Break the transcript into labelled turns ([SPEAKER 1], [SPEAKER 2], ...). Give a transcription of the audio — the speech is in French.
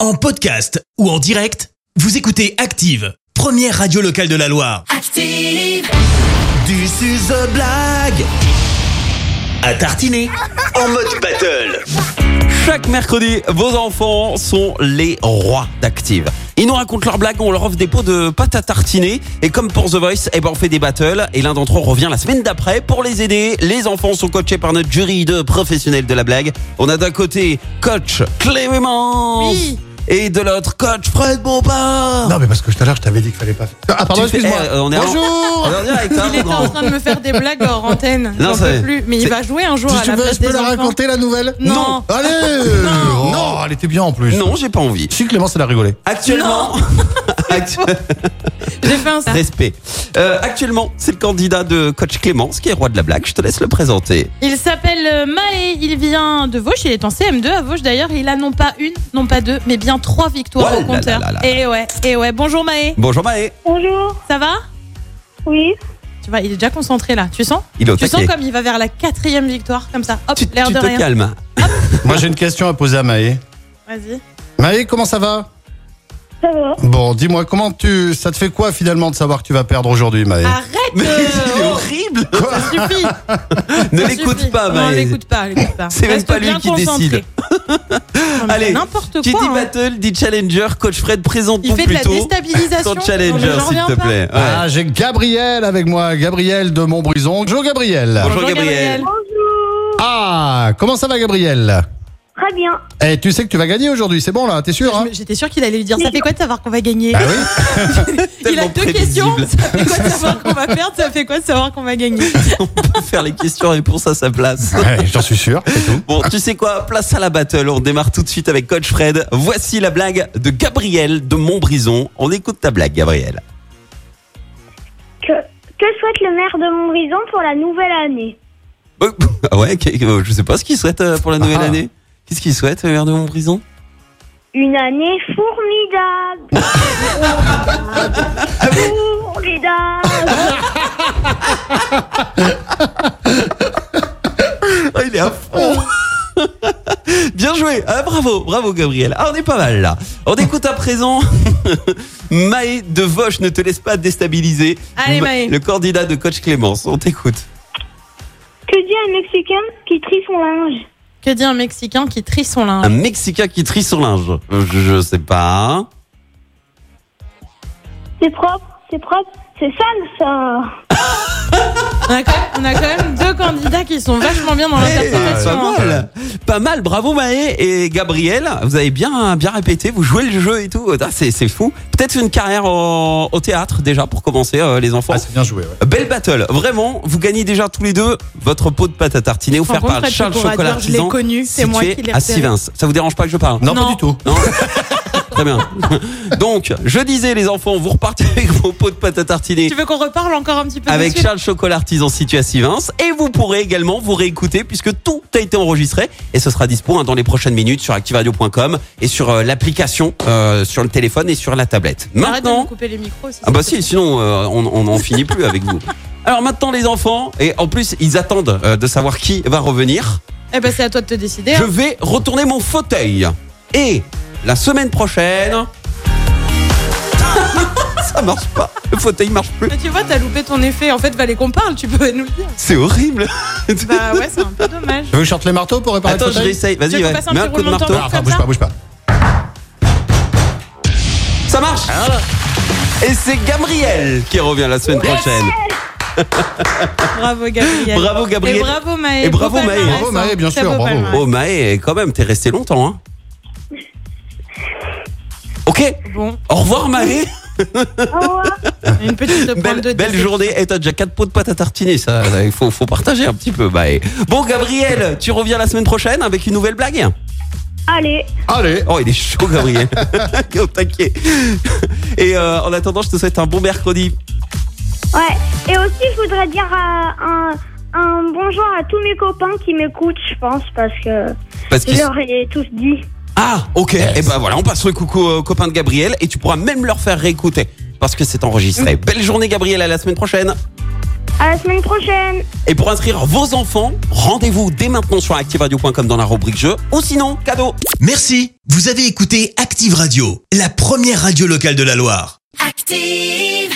[SPEAKER 1] En podcast ou en direct, vous écoutez Active, première radio locale de la Loire.
[SPEAKER 2] Active.
[SPEAKER 1] Du suze blague à tartiner en mode battle.
[SPEAKER 3] Chaque mercredi, vos enfants sont les rois d'Active. Ils nous racontent leurs blagues, on leur offre des pots de pâte à tartiner. Et comme pour The Voice, eh ben on fait des battles. Et l'un d'entre eux revient la semaine d'après pour les aider. Les enfants sont coachés par notre jury de professionnels de la blague. On a d'un côté coach Clémence. Et de l'autre, coach Fred Bompard.
[SPEAKER 4] Non, mais parce que tout à l'heure, je t'avais dit qu'il fallait pas. Ah, pardon,
[SPEAKER 3] Tu fais-
[SPEAKER 4] excuse-moi.
[SPEAKER 3] eh, euh, on est en-
[SPEAKER 4] Bonjour
[SPEAKER 3] On est en direct, hein,
[SPEAKER 5] Il était
[SPEAKER 3] grand.
[SPEAKER 5] en train de me faire des blagues hors antenne.
[SPEAKER 3] Non,
[SPEAKER 5] J'en
[SPEAKER 3] ça-
[SPEAKER 5] peux plus. Mais
[SPEAKER 3] c'est-
[SPEAKER 5] il va jouer un jour
[SPEAKER 4] Si
[SPEAKER 5] Oh, à
[SPEAKER 4] tu
[SPEAKER 5] la
[SPEAKER 4] veux,
[SPEAKER 5] place
[SPEAKER 4] je peux
[SPEAKER 5] des
[SPEAKER 4] la
[SPEAKER 5] enfants.
[SPEAKER 4] raconter, la nouvelle
[SPEAKER 5] Non.
[SPEAKER 4] Allez non. elle était bien en plus.
[SPEAKER 3] Non, j'ai pas envie.
[SPEAKER 4] Si Clémence, elle a rigolé.
[SPEAKER 3] Actuellement. Actu-
[SPEAKER 5] J'ai fait un
[SPEAKER 3] Respect. Euh, actuellement, c'est le candidat de coach Clémence qui est roi de la blague. Je te laisse le présenter.
[SPEAKER 5] Il s'appelle euh, Maé, il vient de Vosges, il est en CM2 à Vosges d'ailleurs, il a non pas une, non pas deux, mais bien trois victoires
[SPEAKER 3] Oh
[SPEAKER 5] au
[SPEAKER 3] là
[SPEAKER 5] compteur.
[SPEAKER 3] là là là.
[SPEAKER 5] Et ouais, et ouais, bonjour Maé,
[SPEAKER 3] Bonjour Maë.
[SPEAKER 6] Bonjour,
[SPEAKER 5] ça va
[SPEAKER 6] oui.
[SPEAKER 5] Tu vois, il est déjà concentré là, tu sens
[SPEAKER 3] Il est au
[SPEAKER 5] Tu sens
[SPEAKER 3] taquet.
[SPEAKER 5] comme il va vers la quatrième victoire, comme ça, hop,
[SPEAKER 3] Tu,
[SPEAKER 5] l'air
[SPEAKER 3] tu
[SPEAKER 5] de
[SPEAKER 3] te
[SPEAKER 5] rien. Euh,
[SPEAKER 3] calmes.
[SPEAKER 4] Moi, j'ai une question à poser à Maë.
[SPEAKER 5] Vas-y.
[SPEAKER 4] Maë, comment ça va
[SPEAKER 6] Ça va
[SPEAKER 4] Bon, dis-moi, comment tu. Ça te fait quoi finalement de savoir que tu vas perdre aujourd'hui, Maë
[SPEAKER 5] Arrête
[SPEAKER 3] Mais
[SPEAKER 5] euh,
[SPEAKER 3] c'est horrible.
[SPEAKER 5] Ça suffit
[SPEAKER 3] Ne
[SPEAKER 5] ça
[SPEAKER 3] l'écoute
[SPEAKER 5] suffit.
[SPEAKER 3] pas,
[SPEAKER 5] Non,
[SPEAKER 3] Maë.
[SPEAKER 5] l'écoute pas, l'écoute pas.
[SPEAKER 3] C'est même
[SPEAKER 5] Reste
[SPEAKER 3] pas lui
[SPEAKER 5] bien
[SPEAKER 3] qui
[SPEAKER 5] concentré.
[SPEAKER 3] décide.
[SPEAKER 5] Non, mais
[SPEAKER 3] Allez,
[SPEAKER 5] c'est n'importe
[SPEAKER 3] Qui
[SPEAKER 5] quoi.
[SPEAKER 3] dit
[SPEAKER 5] hein.
[SPEAKER 3] battle, dit challenger, coach Fred, présente
[SPEAKER 5] Il
[SPEAKER 3] ton
[SPEAKER 5] fait de la
[SPEAKER 3] plutôt
[SPEAKER 5] déstabilisation.
[SPEAKER 3] ton challenger,
[SPEAKER 5] Non, mais j'en
[SPEAKER 3] s'il te
[SPEAKER 5] reviens pas.
[SPEAKER 3] plaît. Ouais.
[SPEAKER 4] Ah, j'ai Gabriel avec moi, Gabriel de Montbrison. Bonjour, Gabriel.
[SPEAKER 3] Bonjour, Gabriel.
[SPEAKER 6] Bonjour
[SPEAKER 4] Ah, comment ça va, Gabriel
[SPEAKER 6] Très bien.
[SPEAKER 4] Eh, tu sais que tu vas gagner aujourd'hui, c'est bon là, t'es sûr hein Ah
[SPEAKER 5] Je me- J'étais sûre qu'il allait lui dire ça fait quoi de savoir qu'on va gagner
[SPEAKER 4] oui
[SPEAKER 5] Il a
[SPEAKER 3] Bah, Tellement
[SPEAKER 5] deux questions
[SPEAKER 3] prévisible.
[SPEAKER 5] ça fait quoi de savoir qu'on va perdre Ça fait quoi de savoir qu'on va gagner
[SPEAKER 3] On peut faire les questions-réponses à sa place.
[SPEAKER 4] Ouais, J'en suis sûr.
[SPEAKER 3] Bon, tu sais quoi Place à la battle. On démarre tout de suite avec coach Fred. Voici la blague de Gabriel de Montbrison. On écoute ta blague, Gabriel.
[SPEAKER 6] Que, que souhaite le maire de Montbrison pour la nouvelle année
[SPEAKER 3] Euh, Ah ouais, que- que- je sais pas ce qu'il souhaite euh, pour la nouvelle
[SPEAKER 4] Ah.
[SPEAKER 3] année. Qu'est-ce qu'il souhaite, le maire de Montbrison
[SPEAKER 6] Une année formidable Formidable
[SPEAKER 3] Ah, Il est à fond Bien joué Ah, Bravo, bravo Gabriel. Ah, on est pas mal là. On écoute à présent Maë de Voche, ne te laisse pas déstabiliser.
[SPEAKER 5] Allez,
[SPEAKER 3] Ma-
[SPEAKER 5] Maë.
[SPEAKER 3] Le candidat de coach Clémence, on t'écoute.
[SPEAKER 6] Que dit un Mexicain qui trie son linge
[SPEAKER 5] Que dit un Mexicain qui trie son
[SPEAKER 3] Un
[SPEAKER 5] linge
[SPEAKER 3] Mexicain qui trie son linge. Euh, Je, je sais pas.
[SPEAKER 6] C'est propre, c'est propre, c'est sale ça
[SPEAKER 5] on a, quand même, on a quand même deux candidats qui sont vachement bien dans
[SPEAKER 3] Eh,
[SPEAKER 5] l'interprétation.
[SPEAKER 3] pas
[SPEAKER 5] hein.
[SPEAKER 3] mal. Pas mal. Bravo Maë et Gabriel. Vous avez bien, bien répété. Vous jouez le jeu et tout. Ah, c'est c'est fou. Peut-être une carrière au, au théâtre déjà pour commencer, euh, les enfants.
[SPEAKER 4] Ah, c'est bien joué, ouais.
[SPEAKER 3] Belle battle, vraiment, vous gagnez déjà tous les deux votre pot de pâte à tartiner
[SPEAKER 5] Par
[SPEAKER 3] offert
[SPEAKER 5] contre,
[SPEAKER 3] par
[SPEAKER 5] Fred, tu
[SPEAKER 3] Charles
[SPEAKER 5] pourras
[SPEAKER 3] Chocolat
[SPEAKER 5] dire, Je l'ai
[SPEAKER 3] Artisan
[SPEAKER 5] connu, c'est moi
[SPEAKER 3] situé
[SPEAKER 5] qui l'ai
[SPEAKER 3] à
[SPEAKER 5] repéré.
[SPEAKER 3] Sivins. Ça vous dérange pas que je parle
[SPEAKER 4] Non,
[SPEAKER 5] Non.
[SPEAKER 4] pas du tout.
[SPEAKER 3] Non Très bien. Donc, je disais les enfants, vous repartez avec vos pots de pâte à tartiner
[SPEAKER 5] Tu veux qu'on reparle encore un petit peu
[SPEAKER 3] avec
[SPEAKER 5] dessus
[SPEAKER 3] Charles Chocolat Artisan situé à Sivins et vous pourrez également vous réécouter puisque tout a été enregistré et ce sera dispo hein, dans les prochaines minutes sur activeradio.com et sur euh, l'application euh, sur le téléphone et sur la tablette.
[SPEAKER 5] Arrête de nous
[SPEAKER 3] Maintenant,
[SPEAKER 5] couper les micros. si
[SPEAKER 3] ah bah
[SPEAKER 5] c'est
[SPEAKER 3] si, sinon euh, on on n'en finit plus avec vous. Alors maintenant les enfants, et en plus ils attendent euh, de savoir qui va revenir,
[SPEAKER 5] possible. Eh ben c'est à toi de te décider.
[SPEAKER 3] je
[SPEAKER 5] hein.
[SPEAKER 3] vais retourner mon fauteuil. Et la semaine prochaine... Ça marche pas, le fauteuil marche plus.
[SPEAKER 5] Mais tu vois, t'as loupé ton effet. En fait, fallait qu'on parle, tu peux nous le dire.
[SPEAKER 3] C'est horrible.
[SPEAKER 5] Bah ouais, c'est un peu dommage.
[SPEAKER 4] Tu veux que je sorte les marteaux pour réparer
[SPEAKER 3] Attends,
[SPEAKER 4] le
[SPEAKER 3] je
[SPEAKER 4] fauteuil
[SPEAKER 3] réessaye.
[SPEAKER 5] Tu veux
[SPEAKER 3] Vas-y,
[SPEAKER 5] qu'on
[SPEAKER 3] ouais.
[SPEAKER 5] fasse un
[SPEAKER 3] mets un
[SPEAKER 5] petit
[SPEAKER 3] coup de
[SPEAKER 5] roulement de
[SPEAKER 3] marteau.
[SPEAKER 5] tambour
[SPEAKER 4] Ah, enfin, bouge pas, bouge pas.
[SPEAKER 3] Ça marche Et c'est Gabriel qui revient la semaine prochaine.
[SPEAKER 5] Bravo Gabriel.
[SPEAKER 3] Bravo Gabriel.
[SPEAKER 5] Et bravo Maë.
[SPEAKER 3] Et bravo,
[SPEAKER 5] Beau
[SPEAKER 3] Maë.
[SPEAKER 5] palmarès,
[SPEAKER 4] Bravo, Maë,
[SPEAKER 5] hein.
[SPEAKER 4] bien
[SPEAKER 5] Très
[SPEAKER 4] sûr,
[SPEAKER 5] beau
[SPEAKER 4] bravo.
[SPEAKER 5] palmarès.
[SPEAKER 3] Oh Maë, quand même, t'es resté longtemps. Hein. Ok,
[SPEAKER 5] Bon,
[SPEAKER 3] au revoir
[SPEAKER 6] Au
[SPEAKER 3] Maë.
[SPEAKER 6] revoir
[SPEAKER 5] une petite pointe
[SPEAKER 3] Belle,
[SPEAKER 5] de
[SPEAKER 3] belle
[SPEAKER 5] déception.
[SPEAKER 3] journée. Et t'as déjà 4 pots de pâte à tartiner, ça. là, Il faut, faut partager un petit peu. Bah, et- Bon, Gabriel, tu reviens la semaine prochaine avec une nouvelle blague
[SPEAKER 6] Allez,
[SPEAKER 4] Allez,
[SPEAKER 3] Oh, il est chaud, Gabriel. Au taquet. Et euh, en attendant, je te souhaite un bon mercredi.
[SPEAKER 6] ouais. Et aussi, je voudrais dire à- un, un bonjour à tous mes copains qui m'écoutent, je pense, parce que
[SPEAKER 3] Parce
[SPEAKER 6] je
[SPEAKER 5] Eh
[SPEAKER 3] qu'il-
[SPEAKER 6] leur ai tous dit.
[SPEAKER 3] Ah, ok. Et ben voilà, on passe le coucou aux copains de Gabriel et tu pourras même leur faire réécouter parce que c'est enregistré. Belle journée, Gabriel. À la semaine prochaine.
[SPEAKER 6] À la semaine prochaine.
[SPEAKER 3] Et pour inscrire vos enfants, rendez-vous dès maintenant sur activeradio.com dans la rubrique jeu ou sinon cadeau.
[SPEAKER 1] Merci. Vous avez écouté Active Radio, la première radio locale de la Loire.
[SPEAKER 2] Active.